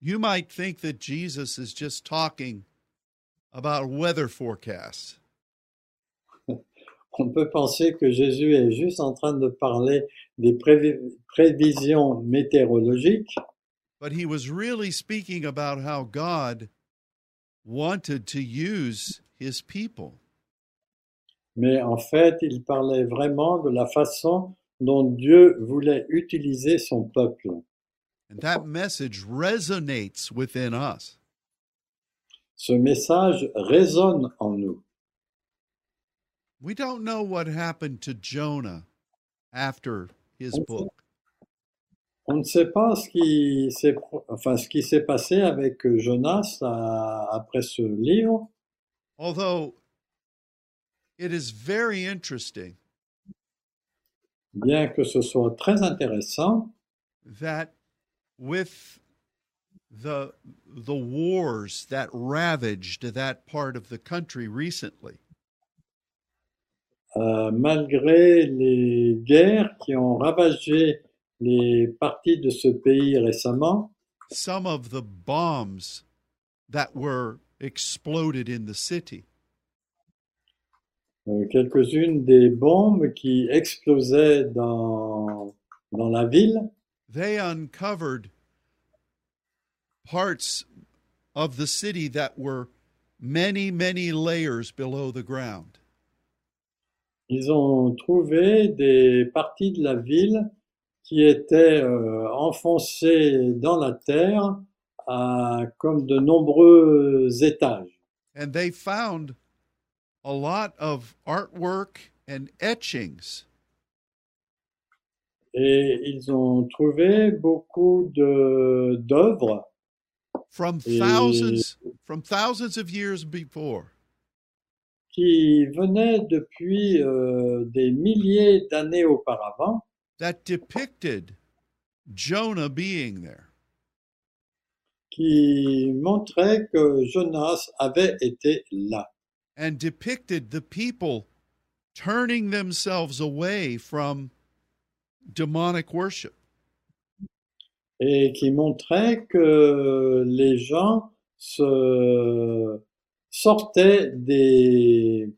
[SPEAKER 1] you might think that Jesus is just talking about weather forecasts.
[SPEAKER 2] on peut penser que Jésus est juste en train de parler des prévi- prévisions météorologiques,
[SPEAKER 1] But he was really speaking about how God wanted to use his people.
[SPEAKER 2] mais en fait, il parlait vraiment de la façon dont Dieu voulait utiliser son peuple.
[SPEAKER 1] And that message resonates within us.
[SPEAKER 2] Ce message résonne en nous.
[SPEAKER 1] We don't know what happened to Jonah after his book.
[SPEAKER 2] On ne sait pas ce qui s'est, pro- enfin, ce qui s'est passé avec Jonas à- après ce livre,
[SPEAKER 1] Although it is very interesting
[SPEAKER 2] bien que ce soit très intéressant,
[SPEAKER 1] that with the the wars that ravaged that part of the country recently
[SPEAKER 2] euh, malgré les guerres qui ont ravagé les parties de ce pays récemment,
[SPEAKER 1] some of the bombs that were exploded in the city
[SPEAKER 2] euh, quelques-unes des bombes qui explosaient dans, dans la ville,
[SPEAKER 1] they uncovered parts of the city that were many many layers below the ground
[SPEAKER 2] ils ont trouvé des parties de la ville qui étaient euh, enfoncées dans la terre à comme de nombreux étages.
[SPEAKER 1] and they found a lot of artwork and etchings
[SPEAKER 2] Et ils ont trouvé beaucoup de- d'œuvres
[SPEAKER 1] from
[SPEAKER 2] Et-
[SPEAKER 1] thousands from thousands of years before
[SPEAKER 2] qui venaient depuis euh, des milliers d'années auparavant,
[SPEAKER 1] that depicted Jonah being there.
[SPEAKER 2] qui montraient que Jonas avait été là
[SPEAKER 1] and depicted the people turning themselves away from demonic worship.
[SPEAKER 2] et qui montraient que les gens se sortaient des,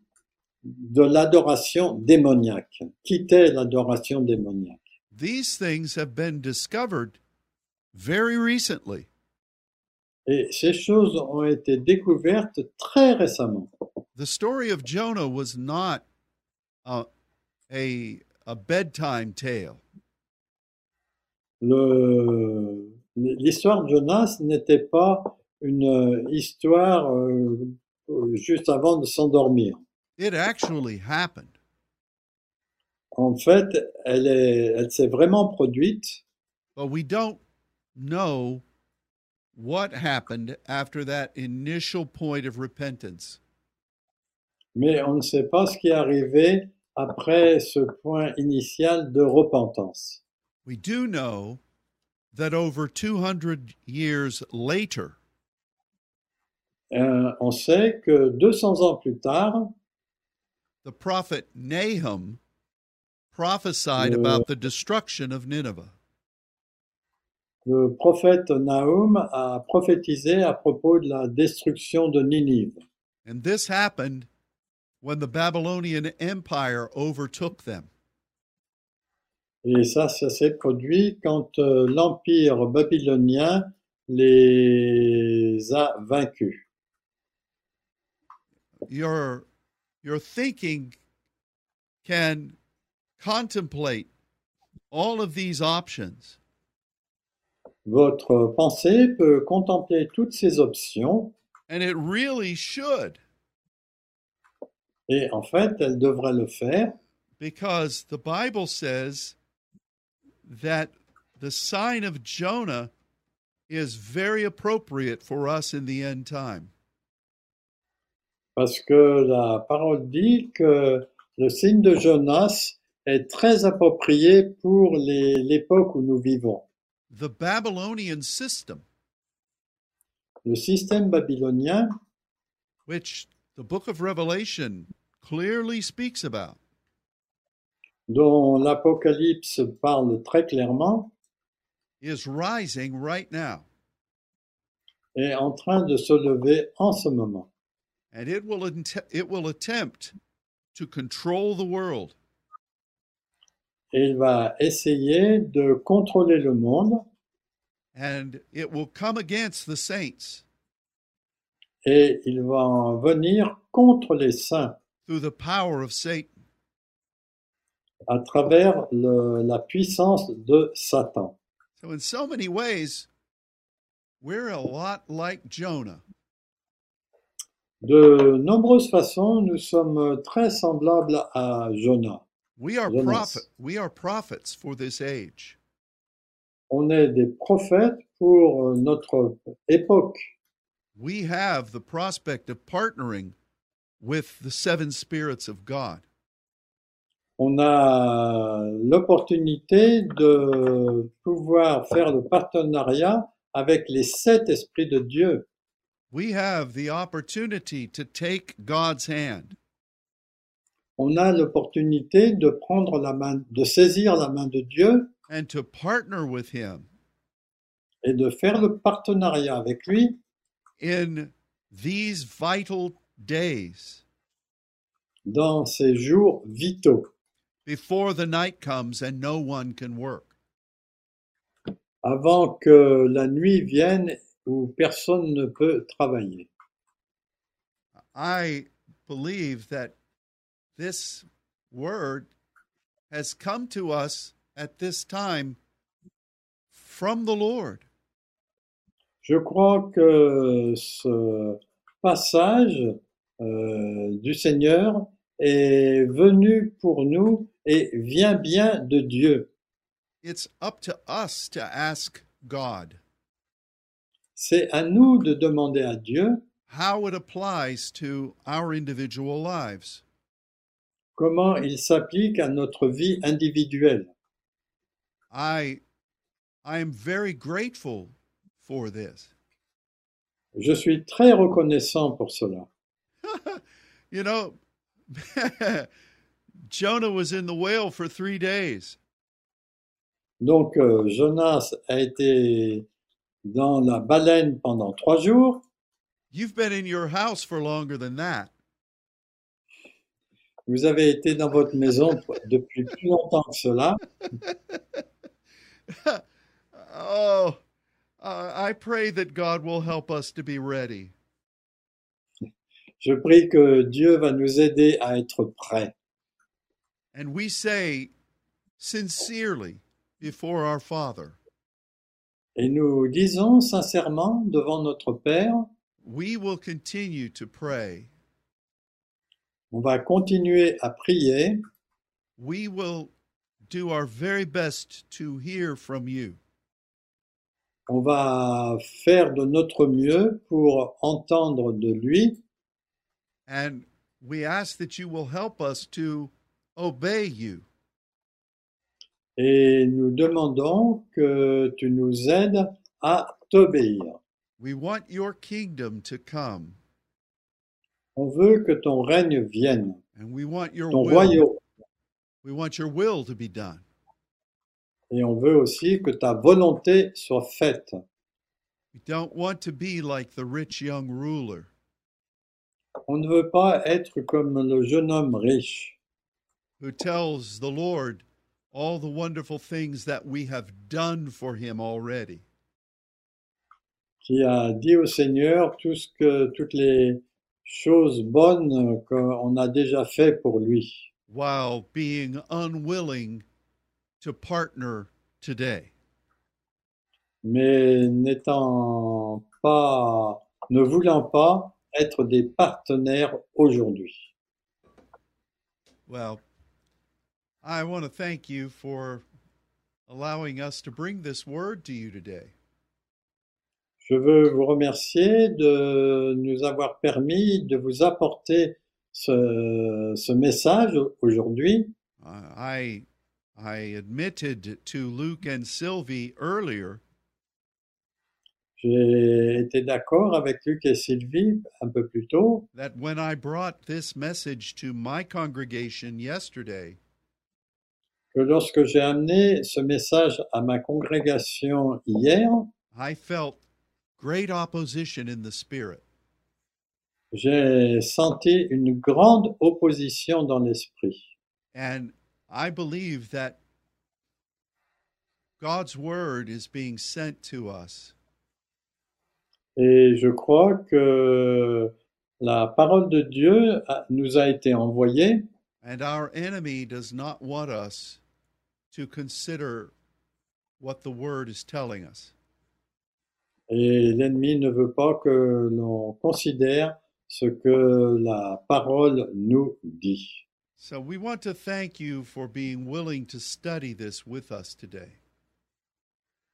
[SPEAKER 2] de l'adoration démoniaque, quittaient l'adoration démoniaque.
[SPEAKER 1] These things have been discovered very recently.
[SPEAKER 2] Et ces choses ont été découvertes très récemment.
[SPEAKER 1] The story of Jonah was not a, a, a bedtime tale.
[SPEAKER 2] Le- L'histoire de Jonas n'était pas une histoire euh, juste avant de s'endormir.
[SPEAKER 1] It actually happened.
[SPEAKER 2] En fait, elle est- elle s'est vraiment produite
[SPEAKER 1] But we don't know what happened after that initial point of repentance.
[SPEAKER 2] Mais on ne sait pas ce qui est arrivé après ce point initial de repentance.
[SPEAKER 1] We do know that over 200 years later,
[SPEAKER 2] Euh, on sait que 200 ans plus tard,
[SPEAKER 1] the prophet Nahum prophesied
[SPEAKER 2] Yeah.
[SPEAKER 1] about the destruction of Nineveh.
[SPEAKER 2] le prophète Nahum a prophétisé à propos de la destruction de Ninive.
[SPEAKER 1] And this happened when the Babylonian Empire overtook them.
[SPEAKER 2] Et ça, ça s'est produit quand euh, l'empire babylonien les a vaincus.
[SPEAKER 1] Your, your thinking can contemplate all of these options,
[SPEAKER 2] Votre pensée peut contempler toutes ces options
[SPEAKER 1] and it really should,
[SPEAKER 2] et en fait, elle devrait le faire
[SPEAKER 1] because the Bible says that the sign of Jonah is very appropriate for us in the end time.
[SPEAKER 2] Parce que la parole dit que le signe de Jonas est très approprié pour les- l'époque où nous vivons.
[SPEAKER 1] The Babylonian system,
[SPEAKER 2] Le système babylonien,
[SPEAKER 1] which the book of Revelation clearly speaks about,
[SPEAKER 2] dont l'Apocalypse parle très clairement,
[SPEAKER 1] is rising right now,
[SPEAKER 2] est en train de se lever en ce moment.
[SPEAKER 1] and it will int- it will attempt to control the world.
[SPEAKER 2] Et il va essayer de contrôler le monde
[SPEAKER 1] And it will come against the saints
[SPEAKER 2] et il va en venir contre les saints
[SPEAKER 1] through the power of Satan.
[SPEAKER 2] à travers le- la puissance de Satan.
[SPEAKER 1] So, in so many ways, we're a lot like Jonah.
[SPEAKER 2] De nombreuses façons, nous sommes très semblables à Jonas.
[SPEAKER 1] We are
[SPEAKER 2] Yes.
[SPEAKER 1] prophet. We are prophets for this age.
[SPEAKER 2] On est des prophètes pour euh, notre époque.
[SPEAKER 1] We have the prospect of partnering with the seven spirits of God.
[SPEAKER 2] On a l'opportunité de pouvoir faire le partenariat avec les sept esprits de Dieu.
[SPEAKER 1] We have the opportunity to take God's hand
[SPEAKER 2] On a l'opportunité de prendre la main, de saisir la main de Dieu
[SPEAKER 1] and to partner with Him
[SPEAKER 2] et de faire le partenariat avec lui
[SPEAKER 1] in these vital days
[SPEAKER 2] dans ces jours vitaux,
[SPEAKER 1] before the night comes and no one can work.
[SPEAKER 2] avant que la nuit vienne où personne ne peut travailler.
[SPEAKER 1] I believe that this word has come to us at this time from the Lord.
[SPEAKER 2] Je crois que ce passage euh, du Seigneur est venu pour nous et vient bien de Dieu.
[SPEAKER 1] It's up to us to ask God,
[SPEAKER 2] C'est à nous de demander à Dieu
[SPEAKER 1] how it applies to our individual lives.
[SPEAKER 2] comment il s'applique à notre vie individuelle.
[SPEAKER 1] I I am very grateful for this.
[SPEAKER 2] Je suis très reconnaissant pour cela.
[SPEAKER 1] You know, (laughs) Jonah was in the whale for 3 days.
[SPEAKER 2] Donc euh, Jonas a été dans la baleine pendant trois jours.
[SPEAKER 1] You've been in your house for longer than that.
[SPEAKER 2] Vous avez été dans votre maison depuis plus longtemps que cela.
[SPEAKER 1] Oh, uh, I pray that God will help us to be ready.
[SPEAKER 2] Je prie que Dieu va nous aider à être prêts.
[SPEAKER 1] And we say sincerely before our Father,
[SPEAKER 2] Et nous disons sincèrement devant notre Père,
[SPEAKER 1] we will continue to pray.
[SPEAKER 2] on va continuer à prier,
[SPEAKER 1] We will do our very best to hear from you.
[SPEAKER 2] on va faire de notre mieux pour entendre de lui
[SPEAKER 1] And we ask that you will help us to obey you.
[SPEAKER 2] et nous demandons que tu nous aides à t'obéir.
[SPEAKER 1] We want your kingdom to come,
[SPEAKER 2] On veut que ton règne vienne,
[SPEAKER 1] and we want your
[SPEAKER 2] ton
[SPEAKER 1] will.
[SPEAKER 2] royaume,
[SPEAKER 1] We want your will to be done.
[SPEAKER 2] et on veut aussi que ta volonté soit faite.
[SPEAKER 1] We don't want to be like the rich young ruler
[SPEAKER 2] On ne veut pas être comme le jeune homme riche
[SPEAKER 1] who tells the Lord all the wonderful things that we have done for him already.
[SPEAKER 2] qui a dit au Seigneur tout ce que, toutes les choses bonnes qu'on a déjà fait pour lui,
[SPEAKER 1] while being unwilling to partner today.
[SPEAKER 2] mais n'étant pas, ne voulant pas être des partenaires aujourd'hui.
[SPEAKER 1] Well, I want to thank you for allowing us to bring this word to you today.
[SPEAKER 2] Je veux vous remercier de nous avoir permis de vous apporter ce, ce message aujourd'hui.
[SPEAKER 1] Uh, I I admitted to Luke and Sylvie earlier
[SPEAKER 2] J'ai été d'accord avec Luc et Sylvie un peu plus tôt
[SPEAKER 1] that when I brought this message to my congregation yesterday,
[SPEAKER 2] que lorsque j'ai amené ce message à ma congrégation hier,
[SPEAKER 1] I felt great opposition in the spirit.
[SPEAKER 2] j'ai senti une grande opposition dans l'esprit.
[SPEAKER 1] And I believe that God's word is being sent to us
[SPEAKER 2] Et je crois que la parole de Dieu a- nous a été envoyée
[SPEAKER 1] And our enemy does not want us to consider what the word is telling us.
[SPEAKER 2] Et l'ennemi ne veut pas que l'on considère ce que la parole nous dit.
[SPEAKER 1] So we want to thank you for being willing to study this with us today.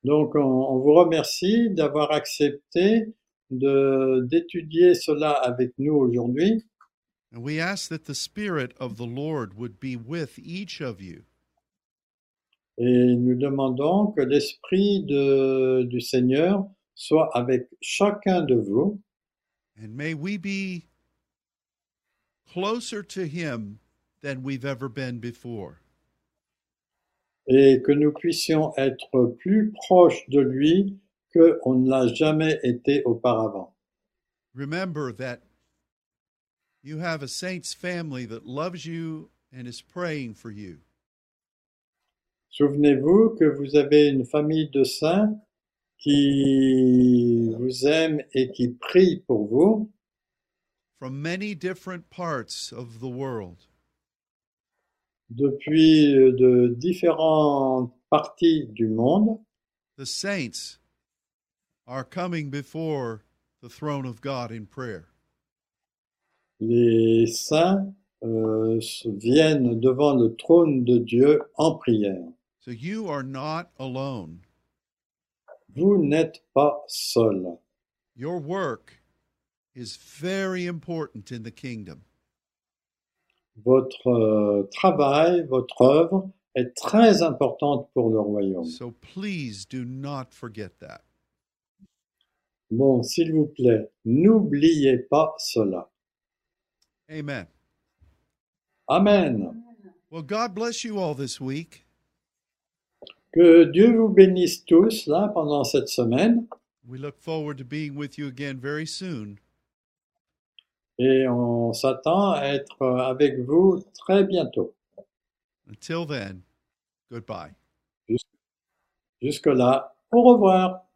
[SPEAKER 2] Donc on, on vous remercie d'avoir accepté de- d'étudier cela avec nous aujourd'hui
[SPEAKER 1] And we ask that the Spirit of the Lord would be with each of you
[SPEAKER 2] et nous demandons que l'Esprit de- du Seigneur soit avec chacun de vous
[SPEAKER 1] and may we be closer to Him than we've ever been before.
[SPEAKER 2] et que nous puissions être plus proches de lui qu'on ne l'a jamais été auparavant.
[SPEAKER 1] Remember that you have a saint's family that loves you and is praying for you.
[SPEAKER 2] Souvenez-vous que vous avez une famille de saints qui vous aime et qui prie pour vous
[SPEAKER 1] from many different parts of the world.
[SPEAKER 2] depuis euh, de différentes parties du monde.
[SPEAKER 1] The saints are coming before the throne of God in prayer.
[SPEAKER 2] Les saints euh, se- viennent devant le trône de Dieu en prière.
[SPEAKER 1] So you are not alone.
[SPEAKER 2] Vous n'êtes pas seuls.
[SPEAKER 1] Your work is very important in the kingdom.
[SPEAKER 2] Votre euh, travail, votre œuvre est très importante pour le royaume.
[SPEAKER 1] So please do not forget that.
[SPEAKER 2] Bon, s'il vous plaît, n'oubliez pas cela.
[SPEAKER 1] Amen.
[SPEAKER 2] Amen.
[SPEAKER 1] Well, God bless you all this week.
[SPEAKER 2] Que Dieu vous bénisse tous là pendant cette semaine
[SPEAKER 1] We look forward to being with you again very soon.
[SPEAKER 2] et on s'attend à être euh, avec vous très bientôt.
[SPEAKER 1] Until then, goodbye.
[SPEAKER 2] Jusque-là, au revoir.